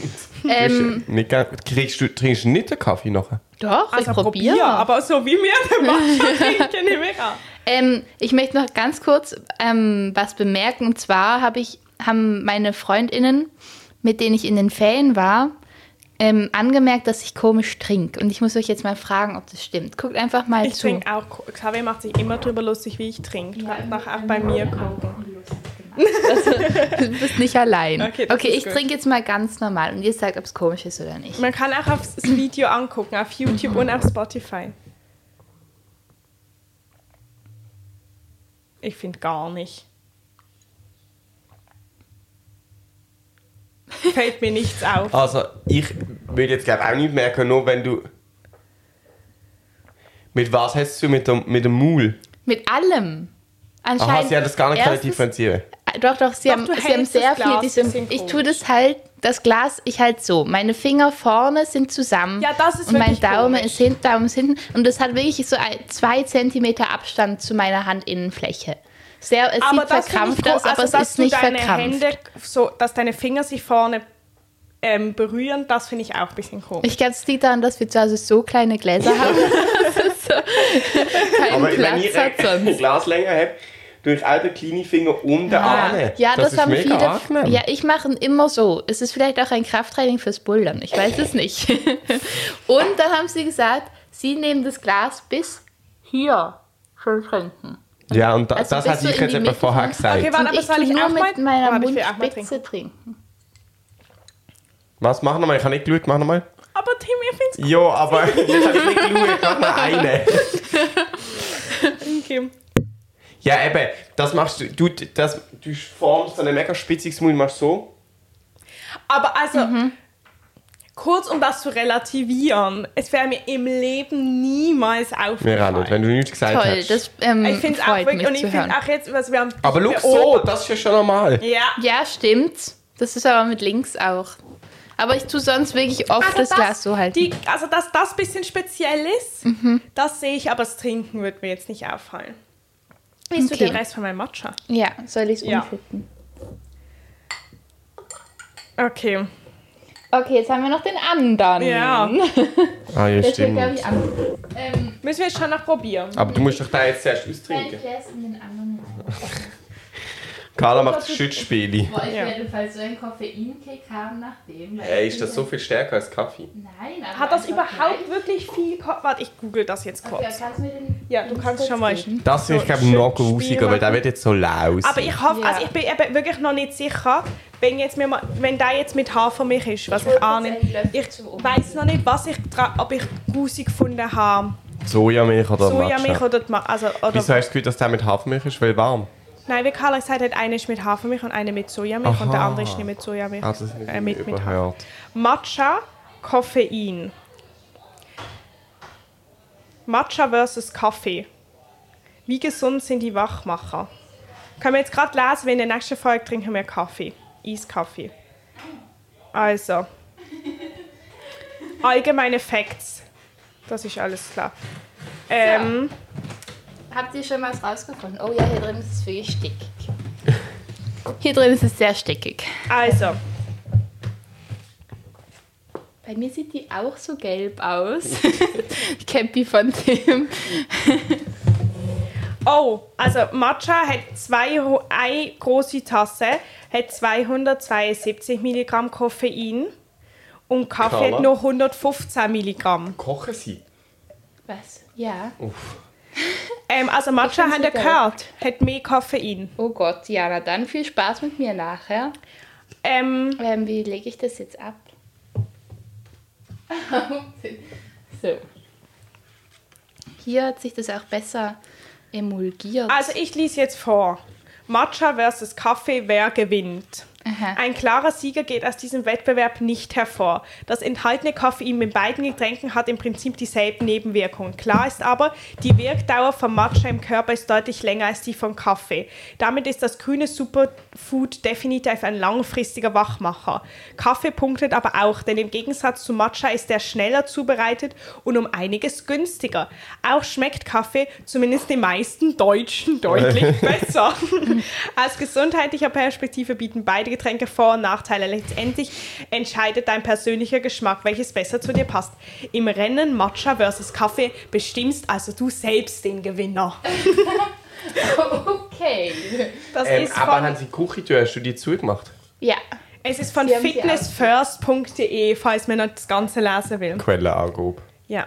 Ähm. Du bist nicht gern- kriegst du, trinkst du nicht den Kaffee nachher? Doch, ich probiere. Also probier, aber so wie wir *laughs* den Matcha trinken, nehme ich an. Ähm, ich möchte noch ganz kurz ähm, was bemerken. Und zwar habe ich, haben meine Freundinnen, mit denen ich in den Ferien war, ähm, angemerkt, dass ich komisch trinke. Und ich muss euch jetzt mal fragen, ob das stimmt. Guckt einfach mal Ich zu. trinke auch. Xavier macht sich immer drüber lustig, wie ich trinke. Ja. Nachher auch bei mir gucken. Du bist nicht allein. Okay, Okay, das ist ich gut. trinke jetzt mal ganz normal und ihr sagt, ob es komisch ist oder nicht. Man kann auch aufs das Video angucken, auf YouTube und auf Spotify. Ich finde gar nicht. Fällt mir nichts auf. Also, ich würde jetzt glaube auch nicht merken, nur wenn du... Mit was hast du mit dem, mit dem Maul? Mit allem. Anscheinend. Aha, sie hat das gar nicht können erstens- differenzieren. Doch, doch, sie Doch, haben, du sie haben hältst das sehr viel. Glas Diese, synchron. ich tue das halt, das Glas, ich halt so. Meine Finger vorne sind zusammen. Ja, das ist Und mein wirklich Daumen komisch. ist hinten, Daumen ist hinten. Und das hat wirklich so ein, zwei Zentimeter Abstand zu meiner Handinnenfläche. Sehr, es sieht das verkrampft finde ich aus, cool. Also, aber es dass ist du nicht deine verkrampft. Hände so, dass deine Finger sich vorne ähm, berühren, das finde ich auch ein bisschen komisch. Ich glaube, es liegt daran, dass wir zu Hause so kleine Gläser haben, *laughs* dass es so keinen Platz hat ein *laughs* sonst. Glas länger habe, tue ich auch den kleinen Finger um den Arm. Ja, das, ist haben mega viele. angenehm. Ja, ich mache ihn immer so. Es ist vielleicht auch ein Krafttraining fürs Bouldern. Ich weiß es nicht. *laughs* Und dann haben sie gesagt, sie nehmen das Glas bis hier schon trinken. Ja, und da, Also das bist hat du ich in jetzt die etwa Mitte vorher von- gesagt. Okay, wa- Warte, Und aber ich soll tue ich auch nur mal- mit meiner Warte, ich will auch mal Mundspitze trinken. Was? Mach nochmal, ich habe nicht geschaut, mach nochmal. Aber Tim, ich finde es Ja, *laughs* aber ich habe nicht geschaut, mach noch *laughs* einen. Okay. Ja, eben, das machst du, du, das, du formst so einen mega spitziges Mund, machst so. Aber also, kurz um das zu relativieren, es wäre mir im Leben niemals Mir auch nicht, aufgefallen. wenn du nichts gesagt Toll, hast. das ähm, Ich finde es auch freut wirklich, mich und ich zu hören. finde auch jetzt, was wir haben. aber schau so, das ist ja schon normal. Ja. Ja, stimmt. Das ist aber mit links auch. Aber ich tue sonst wirklich oft Also das, Glas so halten. Die, also, dass das ein bisschen speziell ist, das sehe ich, aber das Trinken wird mir jetzt nicht auffallen. Willst Okay. du den Rest von meinem Matcha? ja, soll ich es Ja. umschütten? Okay. Okay, jetzt haben wir noch den anderen. Ja. Hm. Ah, ja, Der fängt, stimmt. glaube ich, an. Ähm, Müssen wir jetzt schon noch probieren. Aber du musst doch den jetzt zuerst austrinken. den anderen Carla macht Schützspiele. Boah, ich Ja. werde falls so einen Koffeinkick haben nachdem. weil Ey, ich ist das bin so viel stärker als Kaffee? ja- Nein, aber Hat das einfach überhaupt gleich. wirklich viel. Ko- Warte, ich google das jetzt kurz. Ja, kannst du mir den Ja, du den kannst kurz schon mal. geben? Das So, ist, glaube ich, schön noch grausiger, weil Spielmann. der wird jetzt so laus. Aber ich hoffe, Ja. also ich bin eben wirklich noch nicht sicher, wenn jetzt mir mal, wenn der jetzt mit Hafermilch ist, was ich, wollte jetzt annehme. einen Löffel Ich zum Umrühren. weiß noch nicht, was ich dra- ob ich grusig gefunden habe. Sojamilch oder Sojamilch Matcha. oder, die Ma- also, oder Wieso hast du das Gefühl, dass der mit Hafermilch ist? Weil warm. Nein, wie Carla gesagt hat, eine ist mit Hafermilch und eine mit Sojamilch und der Aha. andere ist nicht mit Sojamilch. Ah, das habe ich äh, mit, mit Hafer. überhört. Matcha, Koffein. Matcha versus Kaffee. Wie gesund sind die Wachmacher? Können wir jetzt gerade lesen, weil in der nächsten Folge trinken wir Kaffee. Eiskaffee. Also. Allgemeine Facts. Das ist alles klar. Ähm, Habt ihr schon mal was rausgefunden? Oh ja, hier drin ist es wirklich stickig. Hier drin ist es sehr stickig. Also. Bei mir sieht die auch so gelb aus. *laughs* Campy von dem. Oh, also Matcha hat zwei, eine große Tasse, hat 272 Milligramm Koffein und Kaffee Carla? hat nur 115 Milligramm. Kochen sie? Was? Ja. Oh. Ähm, also Matcha, find's habt ihr egal. gehört, hat mehr Koffein. Oh Gott, Jana, dann viel Spaß mit mir nachher. Ähm, Ähm, wie lege ich das jetzt *laughs* ab? so. Hier hat sich das auch besser emulgiert. also *laughs* ich lese jetzt vor. Matcha versus Kaffee, wer gewinnt? Aha. Ein klarer Sieger geht aus diesem Wettbewerb nicht hervor. Das enthaltene Koffein in beiden Getränken hat im Prinzip dieselben Nebenwirkungen. Klar ist aber, die Wirkdauer von Matcha im Körper ist deutlich länger als die von Kaffee. Damit ist das grüne Superfood definitiv ein langfristiger Wachmacher. Kaffee punktet aber auch, denn im Gegensatz zu Matcha ist er schneller zubereitet und um einiges günstiger. Auch schmeckt Kaffee zumindest den meisten *laughs* Deutschen deutlich besser. *laughs* Aus gesundheitlicher Perspektive bieten beide Getränke Vor- und Nachteile. Letztendlich entscheidet dein persönlicher Geschmack, welches besser zu dir passt. Im Rennen Matcha versus Kaffee bestimmst also du selbst den Gewinner. okay. Das Ähm, ist aber haben von, sie die Küchentür, hast du die zugemacht? Ja. es ist von Sie haben sie fitnessfirst.de, falls man noch das Ganze lesen will. Quelle angehoben. Ja.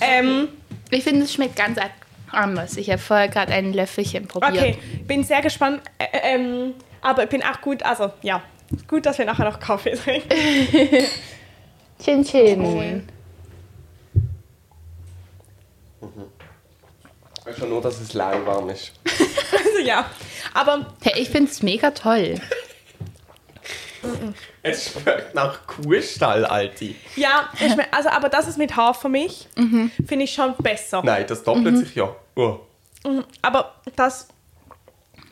Ähm, Ich finde, es schmeckt ganz a- anders. Ich habe vorher gerade ein Löffelchen probiert. Okay, bin sehr gespannt. Ä äh, ähm, aber ich bin auch gut, also ja, gut, dass wir nachher noch Kaffee trinken. Chin Chin. Oh. Ich schon nur, dass es lauwarm ist. *laughs* Also ja, aber Hey, ich finde es mega toll. Es schmeckt nach Kuhstall, Alti. ja, ich mein, also aber das ist mit Hafermilch, finde ich schon besser. Nein, das Mhm. doppelt sich ja. Oh, Aber das,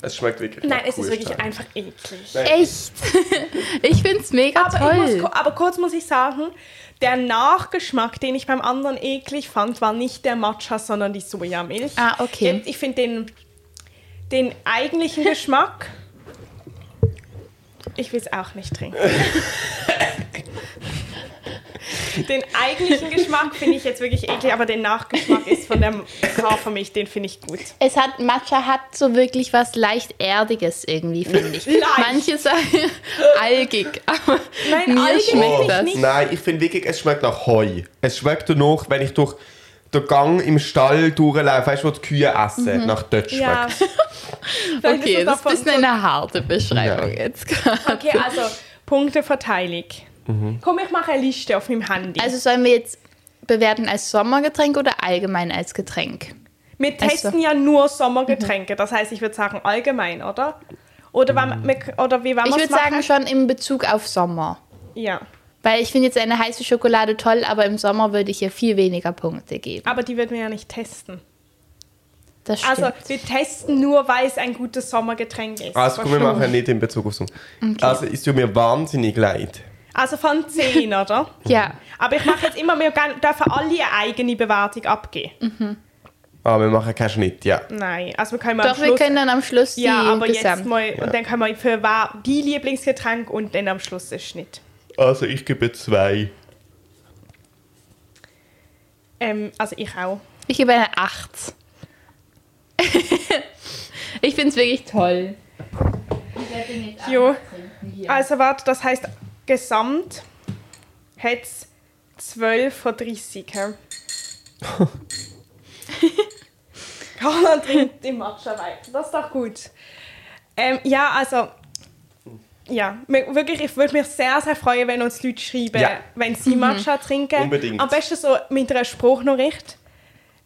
es schmeckt wirklich nein, nach es ist wirklich Kuhstall. einfach eklig. Echt? *laughs* Ich finde es mega Aber, ich toll. muss, ko- aber kurz muss ich sagen, der Nachgeschmack, den ich beim anderen eklig fand, war nicht der Matcha, sondern die Sojamilch. Ah, okay. Jetzt, ich finde den, den *laughs* eigentlichen Geschmack. Ich will es auch nicht *laughs* trinken. den eigentlichen Geschmack finde ich jetzt wirklich eklig, aber den Nachgeschmack ist von der Hafermilch, den finde ich gut. Es hat, Matcha hat so wirklich was leicht Erdiges irgendwie, finde ich. *laughs* Leicht. Manche sagen *laughs* algig, aber Nein, mir algig finde ich schmeckt das. nicht. Oh. Nein, ich finde wirklich, es schmeckt nach Heu. Es schmeckt danach, wenn ich durch den Gang im Stall durchlaufe, weißt du, wo die Kühe essen, nach dort schmeckt. Mhm. Ja. Vielleicht Okay, es das ist davon ein bisschen eine harte Beschreibung Ja. jetzt gerade. Okay, also Punkteverteilung. Komm, ich mache eine Liste auf meinem Handy. Also sollen wir jetzt bewerten als Sommergetränk oder allgemein als Getränk? wir testen also- Mhm. ja nur Sommergetränke, das heißt, ich würde sagen allgemein, oder? Oder, wann, wir- oder wie wollen Ich wir würde es machen? sagen schon im Bezug auf Sommer. ja, Weil ich finde jetzt eine heiße Schokolade toll, aber im Sommer würde ich ihr viel weniger Punkte geben. aber die würden wir ja nicht testen. Das stimmt. Also, wir testen nur, weil es ein gutes Sommergetränk ist. Also komm, wir machen nicht in Bezug auf so. Also es tut mir wahnsinnig leid. Also von 10, oder? ja. Aber ich mache jetzt immer, wir gehen- dürfen alle eine eigene Bewertung abgeben. Mhm. Aber wir machen keinen Schnitt, ja. Nein, also wir können mal am Doch, wir Schluss- können dann am Schluss die ja, aber jetzt Gesamt... mal, und dann können wir für wa- die Lieblingsgetränk und dann am Schluss den Schnitt. Also ich gebe zwei. Ähm, also ich auch. Ich gebe eine 8. *laughs* ich finde es wirklich toll. Jo. Also warte, das heißt, gesamt hat es 12 von 30. *laughs* hä? Carla trinkt die Matcha weiter. Das ist doch gut. Ähm, ja, also. Ja, mir- wirklich, ich würde mich sehr, sehr freuen, wenn uns Leute schreiben, Ja. Mhm. wenn sie Matcha trinken. Unbedingt. Am besten so mit einer Spruchnachricht.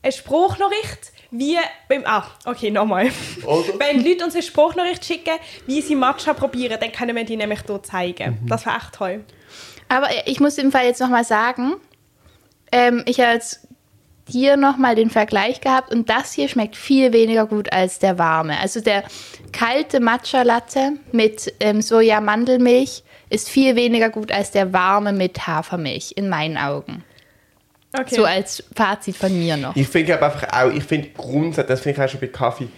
eine Spruchnachricht, wie beim. Ah, okay, nochmal. Oder? *laughs* Wenn Leute uns eine Spruchnachricht schicken, wie sie Matcha probieren, dann können wir die nämlich hier zeigen. Mhm. Das wäre echt toll. Aber ich muss im Fall jetzt nochmal sagen, ähm, ich habe jetzt hier nochmal den Vergleich gehabt und das hier schmeckt viel weniger gut als der warme. Also der kalte Matcha Latte mit ähm, Soja-Mandelmilch ist viel weniger gut als der warme mit Hafermilch, in meinen Augen. Okay. So als Fazit von mir noch. Ich finde glaub einfach auch, ich finde grundsätzlich, das finde ich auch schon bei Kaffee,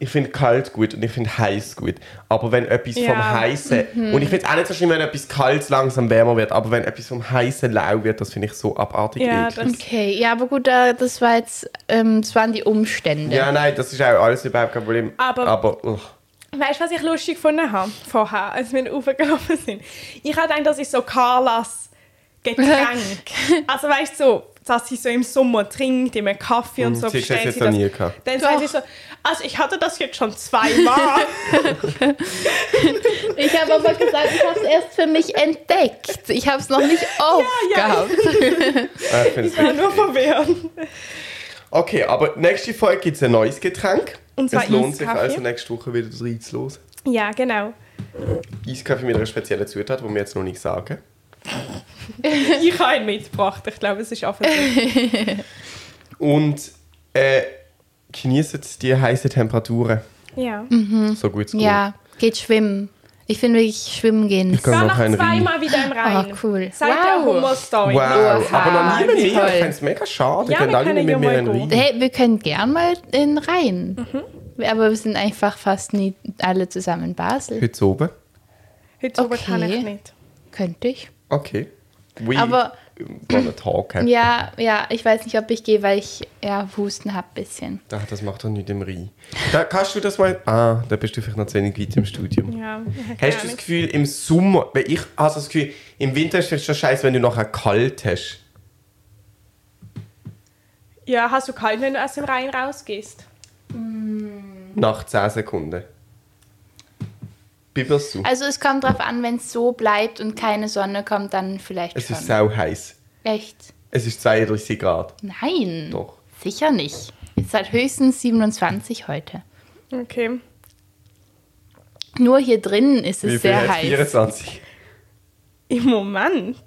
ich finde kalt gut und ich finde heiß gut. Aber wenn etwas Ja. Mhm. vom Heißen, und ich finde es auch nicht so schlimm, wenn etwas kalt langsam wärmer wird, aber wenn etwas vom Heißen lau wird, das finde ich so abartig Ja, eklig. das- Okay, ja, aber gut, da- das war jetzt, ähm, das waren die Umstände. Ja, nein, das ist auch alles überhaupt kein Problem. Aber- aber ugh. Weißt du, was ich lustig gefunden habe? Vorher, als wir raufgelaufen sind. Ich habe gedacht, das ist so Carlas Getränk. also weißt du, so, dass sie so im Sommer trinkt, immer Kaffee und so. Mhm, sie hat das bestellt jetzt sie noch das. nie gehabt. Dann sagt sie so, also ich hatte das jetzt schon zweimal. *laughs* Ich habe aber gesagt, ich habe es erst für mich entdeckt. Ich habe es noch nicht aufgehabt. Äh, ich find's ich war nur wirklich- verwirrt. okay, aber nächste Folge gibt es ein neues Getränk. Und zwar es lohnt sich Eiskaffee. also nächste Woche wieder reinzulosen. Ja, genau. Eiskaffee mit einer speziellen Zutat, die wir jetzt noch nicht sagen. Ich habe ihn mitgebracht. Ich glaube, es ist offensichtlich. Und äh, genießt die heißen Temperaturen. Ja. Mhm. So gut es geht. Ja, geht schwimmen. Ich finde wirklich schwimmen gehen. Ich ist- kann- War noch noch kein zweimal wieder im Rhein. Ah, cool. Seit der Wow. Oh, Hummer-Story. Wow, aber noch nie mit mir. Toll. Ich fände es mega schade. Ja, Könnt wir alle können mit ja mir mal in gehen. Rhein. Hey, wir können gern mal in den Rhein. Mhm. Aber wir sind einfach fast nie alle zusammen in Basel. Heute oben. Heute okay. Okay. kann ich nicht. Könnte ich. Okay. We Aber- wanna talk. Ja. Ja, ja, ich weiß nicht, ob ich gehe, weil ich ja Husten habe bisschen. Das macht doch nicht im Rhein. Da kannst du das mal... Ah, da bist du vielleicht noch zu wenig weit im Studium. Ja, Hast du das Gefühl, im Sommer, weil ich habe das Gefühl, im Winter ist es schon scheiße, wenn du nachher kalt hast. Ja, hast du kalt, wenn du aus dem Rhein rausgehst? Nach 10 Sekunden. Biberst du? Also es kommt drauf an, wenn es so bleibt und keine Sonne kommt, dann Also, vielleicht Es schon. ist sau heiß. Echt? Es ist 32 Grad. Nein. Doch. Sicher nicht. Es hat höchstens 27 heute. Okay. Nur hier drinnen ist es sehr hat's? heiß. 24. Im Moment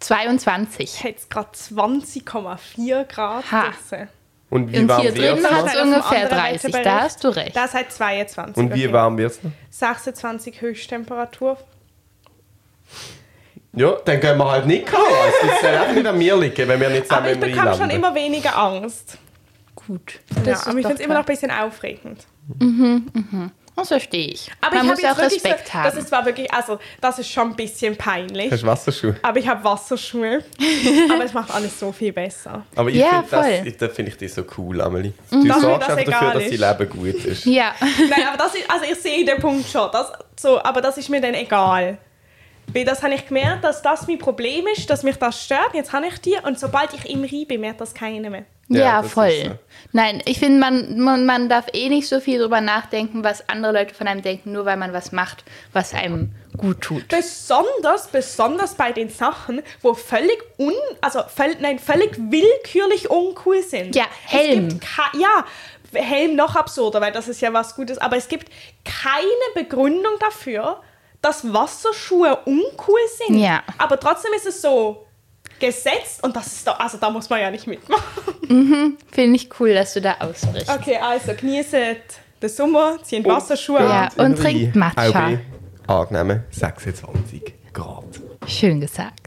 22. hat es gerade 20,4 Grad Ha. draußen. Und wie Und warm hier wird's drinnen Wirtshaus? hat noch? es Auf dem ungefähr anderen 30. Da Reisebericht. hast du recht. Das hat 22. Und wie okay. warm wird's noch? 26 Höchsttemperatur. Ja, dann gehen wir halt nicht kauen. Es soll auch nicht an mir liegen, wenn wir nicht Aber zusammen ich im Rhein bekomme schon landen. immer weniger Angst. Gut. Ja, aber ich finde es immer noch ein bisschen aufregend. Das verstehe ich. Aber Man ich muss habe auch jetzt wirklich Respekt so, Das haben. ist zwar wirklich, also das ist schon ein bisschen peinlich. Hast du Wasserschuhe? Aber ich habe *laughs* Wasserschuhe. aber es macht alles so viel besser. Aber ich Ja, finde voll. das, da finde ich dich so cool, *laughs* Amelie. Du Dass mir sorgst das einfach dafür, egal dass dein ist. Leben gut ist. Ja. Nein, aber das ist, also ich sehe den Punkt schon. Das, so, aber das ist mir dann egal. Weil das habe ich gemerkt, dass das mein Problem ist, dass mich das stört. Jetzt habe ich die und sobald ich im Rhein bin, merkt das keiner mehr. Ja, Ja, das ist voll. so. Nein, ich finde, man, man, man darf eh nicht so viel drüber nachdenken, was andere Leute von einem denken, nur weil man was macht, was einem gut tut. Besonders, besonders bei den Sachen, wo völlig un, also völ, nein, völlig willkürlich uncool sind. Ja, Helm. Es gibt ke- ja, Helm noch absurder, weil das ist ja was Gutes, aber es gibt keine Begründung dafür, dass Wasserschuhe uncool sind. Ja. Aber trotzdem ist es so gesetzt und das ist doch, also da muss man ja nicht mitmachen. Finde ich cool, dass du da ausbrichst. Okay, also genießet den Sommer, zieht Wasserschuhe Ja. an. und trinkt Matcha. Auch bei angenehmen 26 Grad. Schön gesagt.